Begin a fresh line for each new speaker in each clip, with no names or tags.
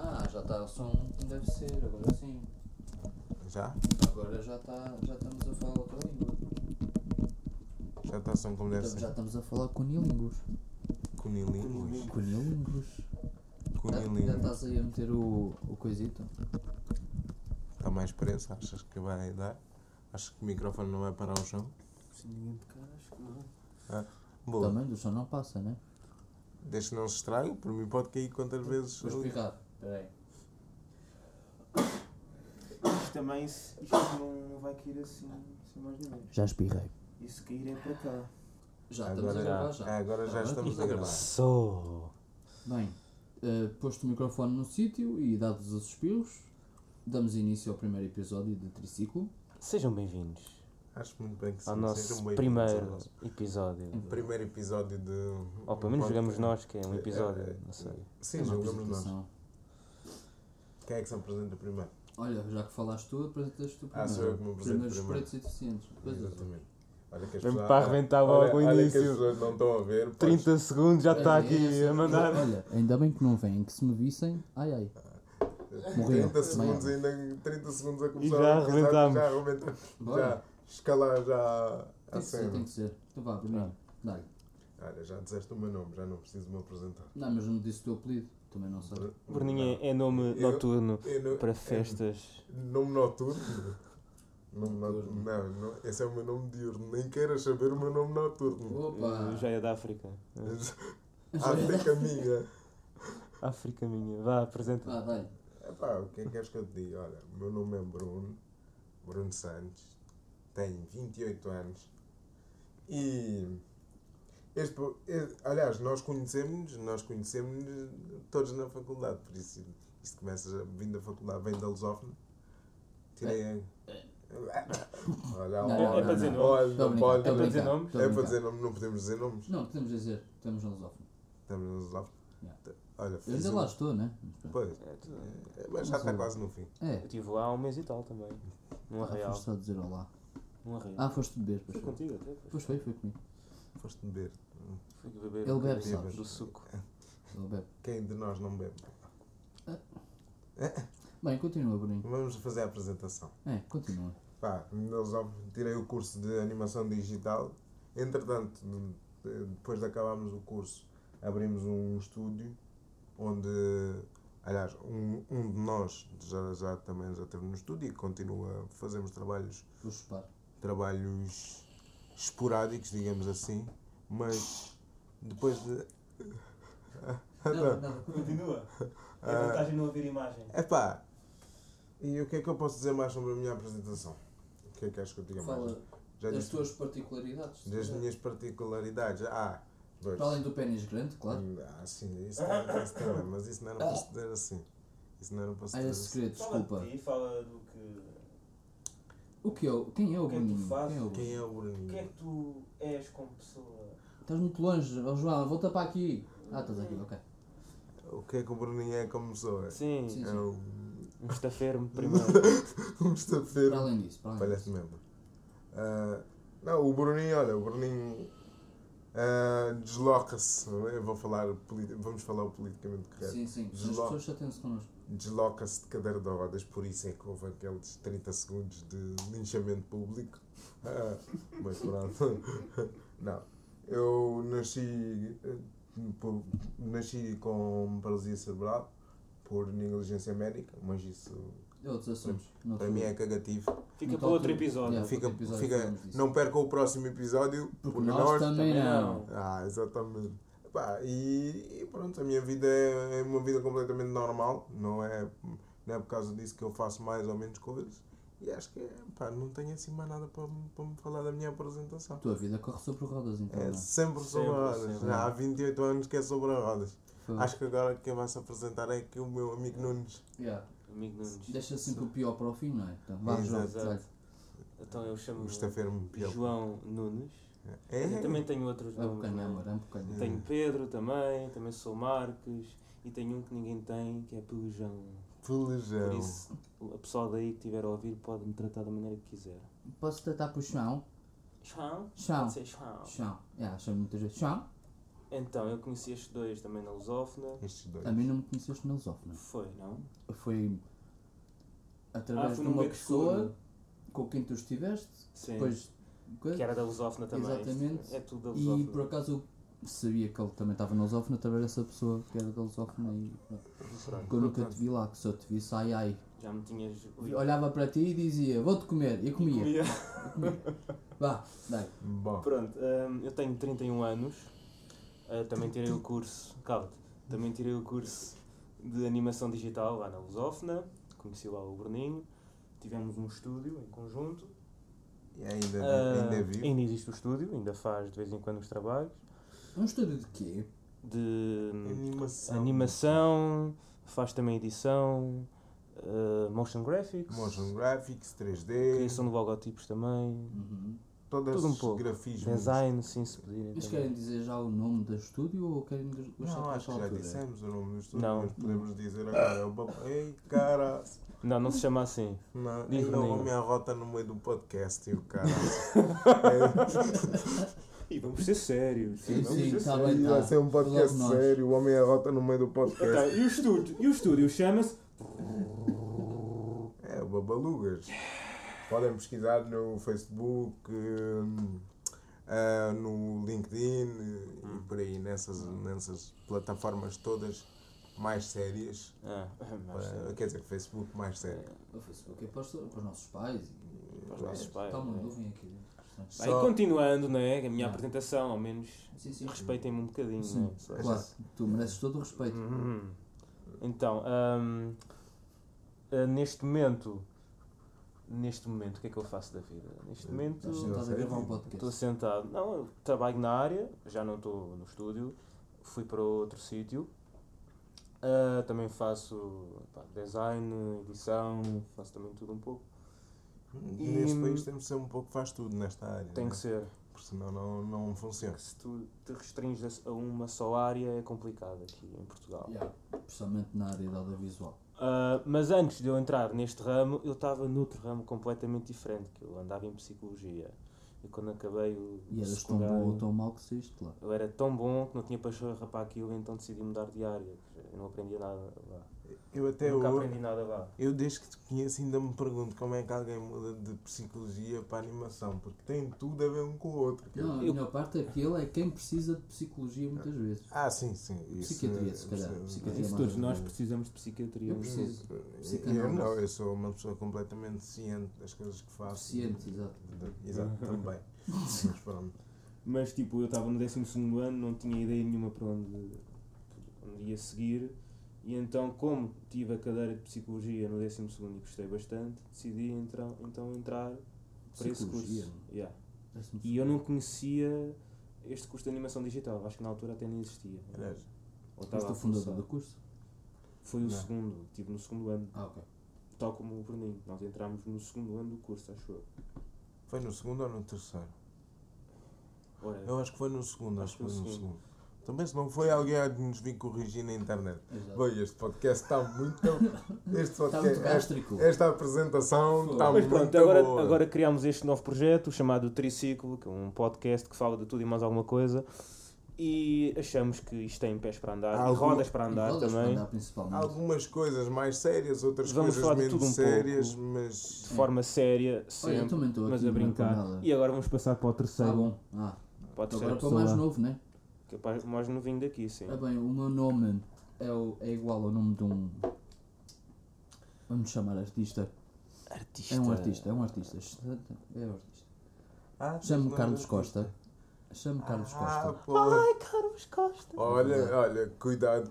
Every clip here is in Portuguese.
o som como um deve ser, agora sim.
Já?
Agora já, tá, já estamos a falar outra língua.
Já está som como deve
Então, já
ser?
estamos a falar cunilingos.
Cunilingus.
Cunilingos. Já, já
Cunilingus.
estás aí a meter o, o coisito?
Está mais pressa? Achas que vai dar? Achas que o microfone não vai parar o chão?
Se ninguém tocar, acho que não.
Boa.
Também do som não passa, né?
Deixa que não se estrague, por mim pode cair quantas vezes.
Vou
ali.
explicar. Espera aí.
Isto também, se- isto não, não vai cair assim, sem mais ninguém.
Já espirrei.
E se cair é para cá.
Já estamos
Agora
a gravar já.
é, agora já
Agora
estamos
estamos
a
a
gravar.
Só.
É.
Bem, eh, posto o microfone no sítio e dados os espirros, damos início ao primeiro episódio de Triciclo.
Sejam bem-vindos
Acho muito bem que sim.
ao
sejam
nosso
bem-vindos ao
primeiro
nosso
episódio.
primeiro episódio de.
Ou pelo menos
Pode-
jogamos nós, que é um
É,
episódio,
é,
não sei.
É
Sim,
uma
jogamos nós.
apresentação.
Quem é que se apresenta primeiro?
Olha, já que falaste tu, apresentas tu primeiro.
Ah, sou eu que me apresento
Primeiros
primeiro. tá
pretos e deficientes. Depois eu.
Exatamente. Olha que as
Mesmo
pessoas-
para arrebentar
é, olha,
logo o
olha que as
início.
pessoas não estão a ver. podes-
30 segundos já está
É,
aqui
é,
a mandar.
Olha, ainda bem que não vêm, que se me vissem, ai ai. Morriam.
30 segundos ainda, 30 segundos a começar
já
o episódio,
arrebentámos.
Já arrebentamos. Já tá
Bora.
escalar já
tem
a
que ser, tem
cena.
que ser. Então vá,
Tá.
primeiro. Dá-lhe.
Olha, já disseste o meu nome, já não preciso me apresentar.
Não, mas não disse o teu apelido, também não sei.
Bruninha é nome
Eu-
noturno
Eu não-
para
é-
festas.
Nome noturno? Nome noturno. Não, não, esse é o meu nome diurno. Nem queiras saber o meu nome noturno.
Opa!
Eh, Joia da África. Eh,
África minha.
África minha. Vá,
Vá,
apresenta.
dá-lhe.
Epá, o que é que queres que eu te diga? Olha, o meu nome é Bruno, Bruno Santos, tenho 28 anos e. Este, po- eh, aliás, nós conhecemos-nos, nós conhecemos-nos todos na faculdade, por isso isto começa a vir da faculdade, vem da lusófona. Tirei a. Olha,
É. Não,
olha,
não,
olha,
não, não.
olha,
Tô a
não
brincar,
pode.
tô a
É
para dizer
brincar,
nomes?
tô a
para
brincar.
dizer nome, não podemos dizer nomes.
Não, podemos dizer, estamos no lusófono.
Estamos no lusófono.
Yeah.
Olha,
Eu
fiz
ainda
um-
lá estou, né? Mas pronto.
Pois,
É, tudo bem.
eh, mas já está quase no fim.
É,
Eu estive lá há um mês e tal também. Num
ah,
arraial.
foste só dizer olá.
Num arraial.
Ah, foste beber,
Foi
pois foi.
contigo até. pois.
Pois foi, foi comigo.
Foste beber.
Fui beber
Ele
um
bebe,
bocadinho
sabes?
do suco.
Ele bebe.
Quem de nós não bebe?
Bem, continua, Bruninho.
Vamos fazer a apresentação.
É, continua.
Pá, eles já tirei o curso de animação digital. Entretanto, de- depois de acabarmos o curso, abrimos um estúdio onde, aliás, um, um de nós já, já também já esteve no estúdio e continua, fazemos trabalhos
Vou chupar.
trabalhos esporádicos, digamos assim, mas depois de.
Não, não,
Tá
Continua. É vantagem não haver imagem.
Epá! E o que é que eu posso dizer mais sobre a minha apresentação? O que é que acho que eu diga mais?
fala
Já
das
disse
tuas particularidades. se
das
quiser.
minhas particularidades. Ah, pois.
Para além do pênis grande, claro.
Hum, Ah, sim, isso também, isso também, mas isso não era para se dizer assim. Isso não era para se
Ah,
dizer
é
assim.
segredo, desculpa.
ti, fala do que.
O que é o. Quem é o
Quem tu
Bruninho?
fazes?
Quem é o
Quem
Bruninho?
é o Bruninho?
que tu és como pessoa?
Estás muito longe, ó João, volta para aqui. Ah, estás aqui, ok.
O que é que o Bruninho é como pessoa?
Sim,
Sim.
É
um estafermo primeiro.
um. Mustafer.
Para além disso, para além
Palhaço
disso.
mesmo. Ah, não, o Bruninho, olha, o Bruninho ah, desloca-se. Eu vou falar, politi- vamos falar o politicamente correto.
Sim, sim. As
Deslo-
pessoas chatem-se connosco.
Desloca-se de cadeira de rodas, por isso é que houve aqueles 30 segundos de linchamento público. Ah, mas pronto. Não. Eu nasci, eh, por- nasci com paralisia cerebral por negligência médica, mas isso
É outros assuntos. não
para
te-
mim é cagativo.
Fica
Então,
para outro
tu-
episódio.
Yeah.
Fica,
outro episódio
fica,
falamos disso.
não perca o próximo episódio.
Porque nós também
também
não.
não.
Ah, exatamente. Pá, e, e pronto, a minha vida é, é uma vida completamente normal. Não é, não é por causa disso que eu faço mais ou menos coisas. E acho que é, pá, não tenho assim mais nada para, me- para me falar da minha apresentação.
A tua vida corre sobre rodas, então.
É
não
sempre sobre
Sempre,
rodas.
sempre.
Já há 28 anos que é sobre rodas.
Foi.
Acho que agora quem vai se apresentar é que o meu amigo Nunes.
Yeah.
Amigo Nunes.
Deixa sempre o pior para o fim, não é? Então, vá, João,
Exato.
vai.
Então eu chamo
Está firme,
João Nunes.
É,
Eu também tenho outros
É um
nomes.
bocadinho,
não é?
amor, é um bocadinho.
Tenho Pedro também, também sou Marques e tenho um que ninguém tem, que é Pelejão. Por
pelejão.
isso, a pessoa daí que estiver a ouvir pode me tratar da maneira que quiser.
Posso tratar para o João?
João?
João.
Pode ser João.
Chão. Yeah, chamo muitas vezes. Chão.
Então, eu conheci estes dois também na Lusófona.
Estes dois.
A mim não é? me conheceste na Lusófona.
Foi, não?
Foi através
Ah, foi
de
num
uma
beco
pessoa
escuro.
com quem tu estiveste,
Sim.
depois.
Que era da Lusófona também.
Exatamente.
É tudo da
E
Lusófona.
por acaso eu sabia que ele também estava na Lusófona através dessa pessoa que era da Lusófona e pronto.
Pronto,
Porque eu nunca te vi lá, que se eu te visse, ai ai.
Já me tinhas.
Olhava para ti e dizia, vou-te comer, e comia.
Comia.
Vá, dai.
Bom,
Pronto, hum, eu tenho 31 anos, uh, também tirei o curso, calma também tirei o curso de animação digital lá na Lusófona, conheci lá o Bruninho, tivemos um estúdio em conjunto.
e ainda,
Ah,
ainda vivo.
ainda existe o estúdio, ainda faz de vez em quando os trabalhos
Um estúdio de quê?
de hum,
Animação.
animação, faz também edição, uh, motion graphics,
Motion graphics, 3D.
criação de logotipos também,
Uhum.
todas
tudo um
os
pouco.
grafismos.
design, sim, se pedirem.
Mas
também.
querem dizer já o nome do estúdio ou querem gra- deixar
Não,
para
acho
outra
que já
altura?
dissemos o nome do estúdio,
Não. Ah.
mas podemos dizer agora. é o Bob- Ei, cara!
Não, não se chama assim.
Não,
Diz
ainda
Bruninho.
me arrota no meio do podcast e o cara.
E vamos ser sérios.
Sim,
vamos
sim,
ser
está
sérios.
bem,
Ia ser
está.
um podcast
Logo nós.
sério, o homem arrota no meio do podcast.
Então, e o estúdio? E o estúdio chama-se.
É, o Babalugas. Podem pesquisar no Facebook, hum, ah, no LinkedIn e por aí, nessas, nessas plataformas todas mais sérias.
Ah, mas,
Ah,
eh,
quer dizer, Facebook mais sério.
O Facebook é para os, para os nossos pais. e-
para os nossos pais,
Calma,
né?
não vim aqui. Portanto,
Bem,
Só-
continuando, né? A minha
Não.
apresentação, ao menos
Sim, sim.
respeitem-me um bocadinho,
Sim,
né? Só-
Claro, tu mereces todo o respeito.
Uhum. Então, ahm, ah, neste momento. Neste momento, o que é que eu faço da vida? Neste momento.
Estás sentado a gravar um
Estou
podcast.
sentado. Não, eu trabalho na área, já não estou no estúdio, fui para outro sítio. Ah, também faço pá, design, edição, faço também tudo um pouco.
Neste
E-
país temos de ser um pouco faz tudo nesta área.
Tem
né?
que ser.
Porque senão não, não funciona.
Porque se tu te restringes a uma só área é complicado aqui em Portugal.
Yeah, Principalmente na área da audiovisual.
Ah, mas antes de eu entrar neste ramo, eu estava noutro ramo completamente diferente, que eu andava em psicologia. E quando acabei o
E eras tão
secundário-
bom ou tão mau que saíste lá.
Eu era tão bom que não tinha pachorra para aquilo, então decidi mudar de área. Eu não aprendi nada lá.
Eu até
Nunca
hoje.
aprendi nada lá.
Eu desde que te conheço ainda me pergunto como é que alguém muda de psicologia para animação, porque tem tudo a ver um com o outro. que é-
Não, a
Eu-
melhor parte é que ele é quem precisa de psicologia muitas vezes.
Ah, sim, sim. Isso,
Psiquiatria, se calhar.
isso-
Psiquiatria é
isso-
mais ou menos.
precisamos de psiquiatria. é?
Eu preciso.
Eu
Psicanálise.
não, eu sou uma pessoa completamente ciente das coisas que faço.
Deficiente, exato.
De- Exato, também. Mas pronto.
Mas tipo, eu estava no 12 ano, não tinha ideia nenhuma para onde, onde ia seguir. E então, como tive a cadeira de psicologia no 12 e gostei bastante, decidi entrar, então entrar para esse
Psicologia,
curso.
não?
Yeah.
Parece-me
E eu não conhecia este curso de animação digital, acho que na altura até nem existia.
Aliás,
Ou
Foste
estava
o
a começar.
fundador do curso?
Foi o
Não.
segundo, tive no segundo ano,
Ah, ok.
tal como o Bruninho. Nós entramos no segundo ano do curso, acho eu.
Foi no segundo ou no terceiro?
É
Ora,
Eu acho que foi no segundo,
Acho
acho que
que
foi
no
no segundo. Também se não foi alguém a nos vir corrigir na internet.
Exato.
Bem, este podcast está muito. Este
Está muito
podcast,
gástrico.
esta apresentação está
Mas
muito
pronto, agora,
boa.
agora criámos este novo projeto chamado Triciclo, que é um podcast que fala de tudo e mais alguma coisa. E achamos que isto tem pés para andar,
Há
e
algum-
rodas para
E
andar
rodas para
também,
andar, principalmente.
Algumas coisas mais sérias, outras
Vamos falar
coisas
de
menos
tudo um
sérias,
pouco.
mas
de forma séria,
Olha, eu
sempre,
também estou aqui.
mas a
não é por
brincar.
nada.
E agora vamos passar para o
Ah,
terceiro,
bom. Ah,
para o
então
terceiro
agora para o mais
pessoa,
novo, né?
que é para o mais novinho daqui, sim.
Ah, bem, o meu nome é, o- é igual ao nome de um. Vamos chamar artista.
Artista.
É um artista, é um artista. É um artista.
Ah,
Chamo-me
não,
Carlos
não.
Costa. Chamo-me Carlos
Ah,
Costa.
pô.
Carlos Costa.
Olha, olha, cuidado,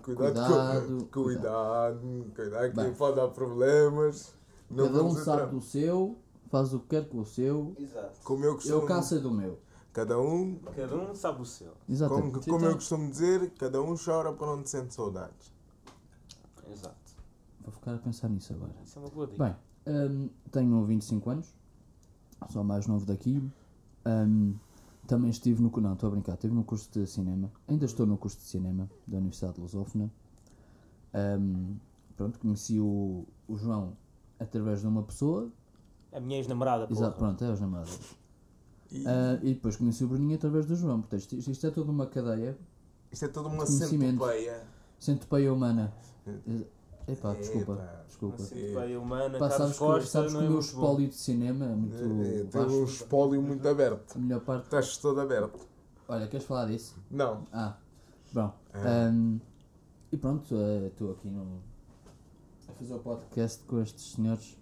Cuidado,
cuidado, cuidado, cuidado, cuidado que
Bem.
pode dar problemas. Não
Cada um
vamos entrar.
sabe do seu, faz o que quer com o seu.
Exato.
Como eu um costumo,
Eu caço é do meu.
cada um,
Cada um sabe o seu.
Exatamente. Então,
como, como eu costumo dizer, cada um chora por onde sente saudades.
Exato.
Vou ficar a pensar nisso agora.
Isso é uma boa dica.
Bem, hum, tenho 25 anos, sou o mais novo daqui. Hum, também estive no. cu- Não, estou a brincar, estive no curso de cinema. Ainda estou no curso de cinema da Universidade de Lusófona. Hum, pronto, conheci o, o João através de uma pessoa.
A minha ex-namorada, porra.
Exato, pronto, é os namorados.
E
Ah, e depois conheci o Bruninho através do João. Portanto, isto, isto é toda uma cadeia
Isto é toda uma
Conhecimento.
centopeia.
Centopeia humana. Eh, Epá, desculpa.
Epá.
Desculpa.
Assim,
Sempre vai a humana,
Pá,
Carlos
sabes que,
Costa,
sabes que
não
o
é
meu
muito bom.
espólio de cinema é muito.
Eh, eh, Tem
vasto.
um espólio muito aberto.
A melhor parte.
Estás todo aberto.
Olha, queres falar disso?
Não.
Ah, bom.
É.
Ah.
Ahm, e pronto, eh, estou aqui no, a fazer o podcast com estes senhores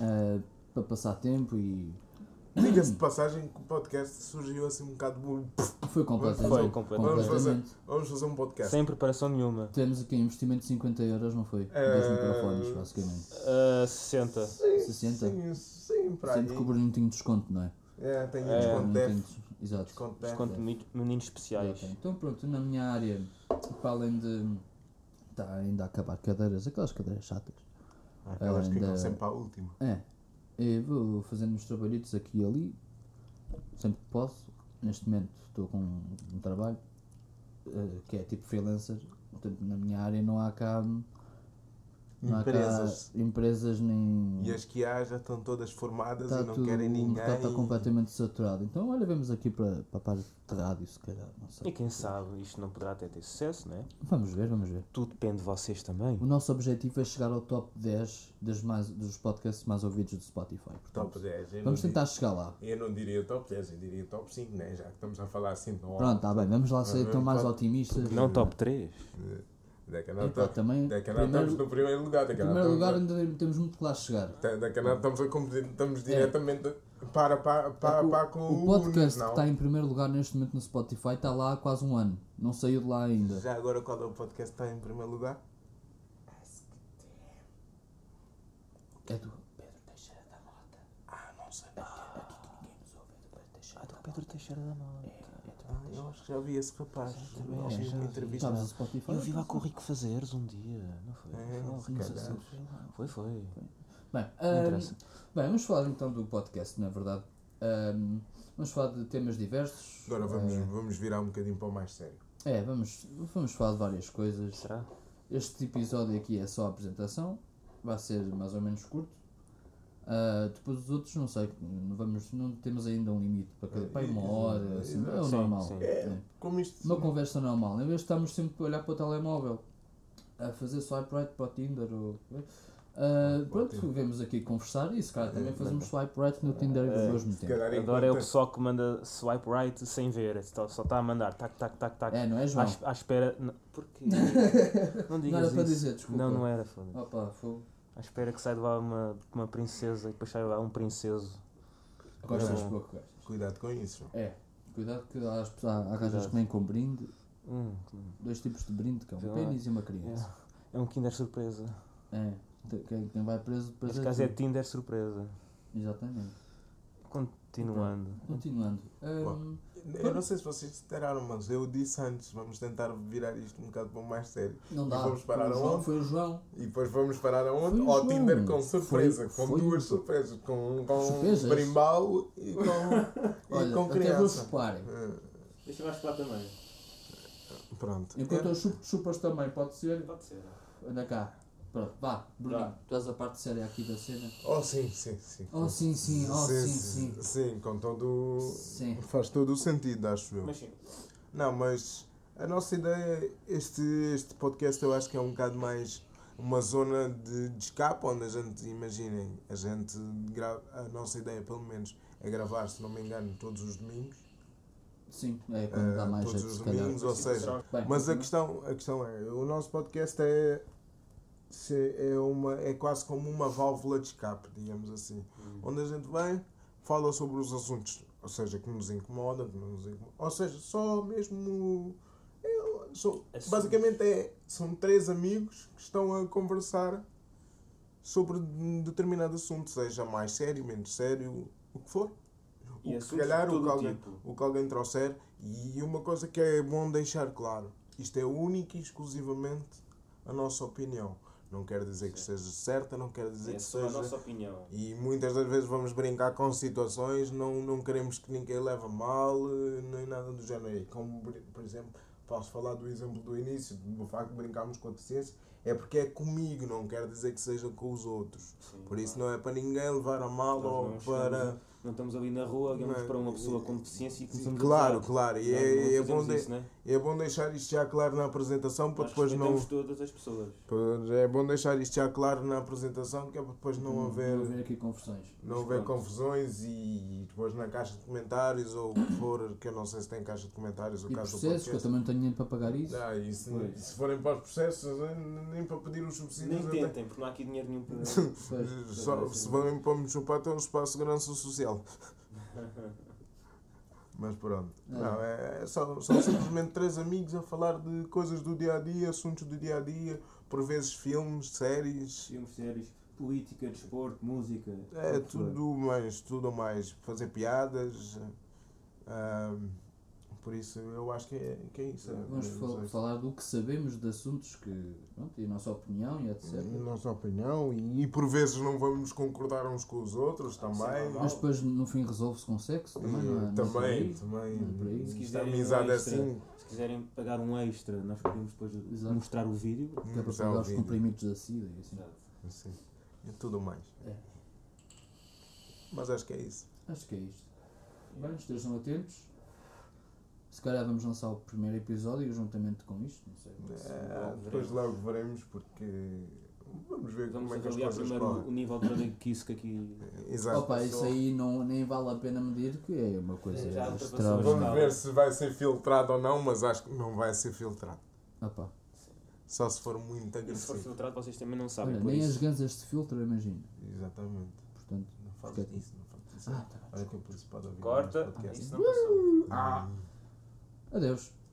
ah, para passar tempo e
Diga-se
Hum.
de passagem que o podcast surgiu assim um bocado. bu-
foi completamente.
Foi completamente.
Vamos fazer.
completamente.
Vamos fazer um podcast.
Sem preparação nenhuma.
Temos aqui um investimento de 50 euros, não foi? Dos
Eh,
microfones, basicamente.
Ah, 60.
Sim,
60.
Sim, sim, para aí.
Sempre que o Bruno tinha desconto, não é?
É, tem
É.
Bruno
desconto
tem
def.
des- Exato.
Desconto def.
Desconto meni- meninos especiais.
Ok, Então pronto, na minha área, para além de tá ainda a acabar cadeiras, aquelas cadeiras chatas.
Aquelas Ah, que ficam
Ainda-
sempre à última.
É, eu vou fazendo uns trabalhitos aqui e ali, sempre que posso. Neste momento estou com um trabalho eh, que é tipo freelancer, portanto na minha área não há cá, não
Empresas.
Há cá empresas nem.
E as que há já estão todas formadas
Tá
e não
tudo-
querem
O
ninguém.
mercado está completamente saturado. Então, olha, vemos aqui para, para a parte de rádio, se calhar. Não
E
sei.
quem sabe isto não poderá até ter sucesso, não é?
Vamos ver, vamos ver.
Tudo depende de vocês também.
O nosso objetivo é chegar ao top 10 das mais, dos podcasts mais ouvidos do Spotify. portanto,
Top 10. eu
vamos
não
tentar chegar lá.
diria- Eu não diria top 10, eu diria top 5, né? Já que estamos a falar assim de
Pronto, está bem, vamos lá ser
Vamos
então
ver,
mais
pode-
otimistas.
é Não top 3.
Daquela
Epá,
tá-
também,
daquela
primeiro-
estamos no primeiro lugar.
Em
Daquela
primeiro lugar,
estamos,
ainda temos muito que lá chegar.
da- daquela estamos a competir, estamos diretamente para, para, para,
É que o-
para com
o
Unas,
podcast que
não.
está em primeiro lugar neste momento no Spotify está lá há quase um ano. Não saiu de lá ainda.
Já agora qual é o podcast que está em primeiro lugar?
É do Pedro Teixeira da Mota.
Ah, não sei.
Ninguém nos ouve, é do Pedro Teixeira.
Pedro Teixeira da Mota.
Ah, eu acho que já vi esse rapaz. Também acho tá que uma entrevista.
Estavas a tá Spotify?
Eu vi lá com o Rico Fazeres um dia, não foi?
É,
Foi um lá o
se
Rico
calhar.
Fazeres. Foi, foi.
Bem,
Não
ahm,
interessa.
bem, vamos falar então do podcast, na verdade. Ahm, vamos falar de temas diversos.
Agora vamos,
Ah,
vamos virar um bocadinho para o mais sério.
é, vamos, vamos falar de várias coisas.
Será?
Este episódio aqui é só a apresentação. Vai ser mais ou menos curto. Ah, depois os outros, não sei, não, vamos, não temos ainda um limite para cada. Para aí uma hora, assim, é o
Sim,
normal.
sim.
É.
Como isto.
Uma conversa normal, em vez de estarmos sempre a olhar para o telemóvel, a fazer swipe right para o Tinder ou. Ah, pronto, vemos aqui conversar e se calhar também fazemos swipe right no Tinder
É,
ao mesmo
se
tempo.
calhar
Agora é o
enquanto-
pessoal que manda swipe right sem ver, só está a mandar tac, tac, tac, tac.
É, não é
À,
João?
es- à espera. n- Porquê? Não digas
Não era
isso.
para dizer, desculpa.
Não, não era, foda
Opa, fogo.
À espera que saia de lá uma, uma princesa e depois saia de lá um princeso.
Gostas
Não.
pouco, gostas.
Cuidado com isso.
É, cuidado que há, as- há, há gajas
Cuidado.
que vêm com brinde,
Hum, hum.
dois tipos de brinde, que é um
Sei lá.
pênis e uma criança.
é um Kinder surpresa.
É, te- quem, quem vai preso depois
Neste caso é
tu.
Tinder surpresa.
Exatamente.
Continuando.
Continuando. Hum, Ahm,
Eu não sei se vocês se enteraram, mas eu disse antes, vamos tentar virar isto um bocado para o mais sério.
não dá.
vamos parar
foi, o João,
aonde?
foi o João.
E depois vamos parar aonde?
Foi o
Ao
João.
Tinder com surpresa,
Foi-
com
foi
duas
o João.
surpresas, com, com
Surpresas?
um brimbal e com, e
Olha,
com
até vou
criança.
chupar.
Ah,
Deixa-me falar também.
Pronto.
Enquanto eu chupo, chupas também, pode ser?
Pode ser.
Anda cá. Pronto, vá, Bruno,
Vá.
tu és a parte séria aqui da cena.
Oh sim, sim, sim.
Oh sim, sim, oh sim, sim.
sim. Sim, com todo.
Sim.
Faz todo o sentido, acho eu.
Mas sim.
Não, mas a nossa ideia, este, este podcast eu acho que é um bocado mais uma zona de, de escape onde a gente, imaginem, a gente grava, a nossa ideia pelo menos é gravar, se não me engano, todos os domingos.
Sim, é quando dá
Ah,
mais
todos
jeito,
os
se calhar.
domingos, ou seja,
Bem,
mas
continua.
a questão, a questão é, o nosso podcast é, se- é, uma, é quase como uma válvula de escape, digamos assim, onde a gente vem, fala sobre os assuntos, ou seja, que nos incomodam, que não nos incomodam, ou seja, só mesmo, eu- sou-
Assuntos.
basicamente é, são três amigos que estão a conversar sobre um determinado assunto, seja mais sério, menos sério, o que for. O
E
que, se
assuntos de
calhar o é
todo
que, alguém,
tipo.
o que alguém trouxer. E uma coisa que é bom deixar claro: isto é única e exclusivamente a nossa opinião. Não quer dizer que seja certa, não quer dizer
é
que né? seja.
opinião.
E muitas das vezes vamos brincar com situações, não, não queremos que ninguém leve a mal, eh, nem nada do género. E Como, por- por exemplo, posso falar do exemplo do início, do facto de brincarmos com a deficiência, é porque é comigo, não quer dizer que seja com os outros. Por isso não é para ninguém levar a mal
Nós
ou
não estamos-
para.
não não estamos ali na rua, olhamos
Não,
para uma
e-
pessoa
e-
com deficiência e
Sim,
começamos
Claro,
a falar.
claro. E
Não,
é,
não
é bom
fazemos
de-
isso, né?
é bom deixar isto já claro na apresentação para
Nós
depois não.
respeitamos todas as pessoas.
Pois, É bom deixar isto já claro na apresentação que é para depois não
Não
haver,
haver aqui confusões.
não haver
Pronto.
confusões e depois na caixa de comentários ou o que for, que eu não sei se tem caixa de comentários ou
E
caixa de
processos, que eu também não tenho dinheiro para pagar isso.
Ah, e se,
Pois.
se forem para os processos, eh, nem para pedir os subsídios.
Nem
eu
tentem, porque não há aqui dinheiro nenhum para.
Pois,
tenho- Hum, Só, se forem para me chupar, estão para a segurança um social. Mas pronto.
É.
Não, é, é- são, são simplesmente três amigos a falar de coisas do dia a dia, assuntos do dia a dia, por vezes filmes, séries.
Filmes, séries, política, desporto, música.
É
o que for.
tudo mais, tudo mais. Fazer piadas. ahm, por isso eu acho que é, que é isso. é,
Vamos
não
fal-
sei.
falar do que sabemos de assuntos que. Pronto, e a nossa opinião e etc.
Nossa opinião, e, e por vezes não vamos concordar uns com os outros
é
também.
normal.
Mas depois no fim resolve-se com sexo também, não é? Não é por
também,
aí? Não é por
também.
aí.
Isto
Se
da
quiserem
amizade
um
é
extra.
assim.
Se quiserem pagar um extra, nós podemos depois
Exato.
mostrar o vídeo.
Que é para
Já
pagar os
ouvi.
comprimidos da SIDA e assim.
Assim, é tudo mais.
É.
Mas acho que é isso.
Acho que é isto. Bem, estejam atentos. Se calhar vamos lançar o primeiro episódio juntamente com isto, não sei.
É, depois logo veremos porque vamos ver
Vamos
como é que as
avaliar
coisas
primeiro o
correm.
nível de radicquice que aqui.
Exato.
Opa, isso
só-
aí não, nem vale a pena medir, que é uma coisa
Já ultrapassou
extra.
as
Vamos
Não.
ver se vai ser filtrado ou não, mas acho que não vai ser filtrado.
Opa,
Só se for muito
E se for
agressivo.
filtrado, vocês também não sabem.
olha,
Tá por
nem as
isso.
gansas de filtro, imagina.
Exatamente.
Portanto,
Não
Porque-
fazes isso, não fazes isso.
ah, tá bem.
Olha que o principal da vida
Corta,
neste podcast.
isso não passou.
Ah.
adeus.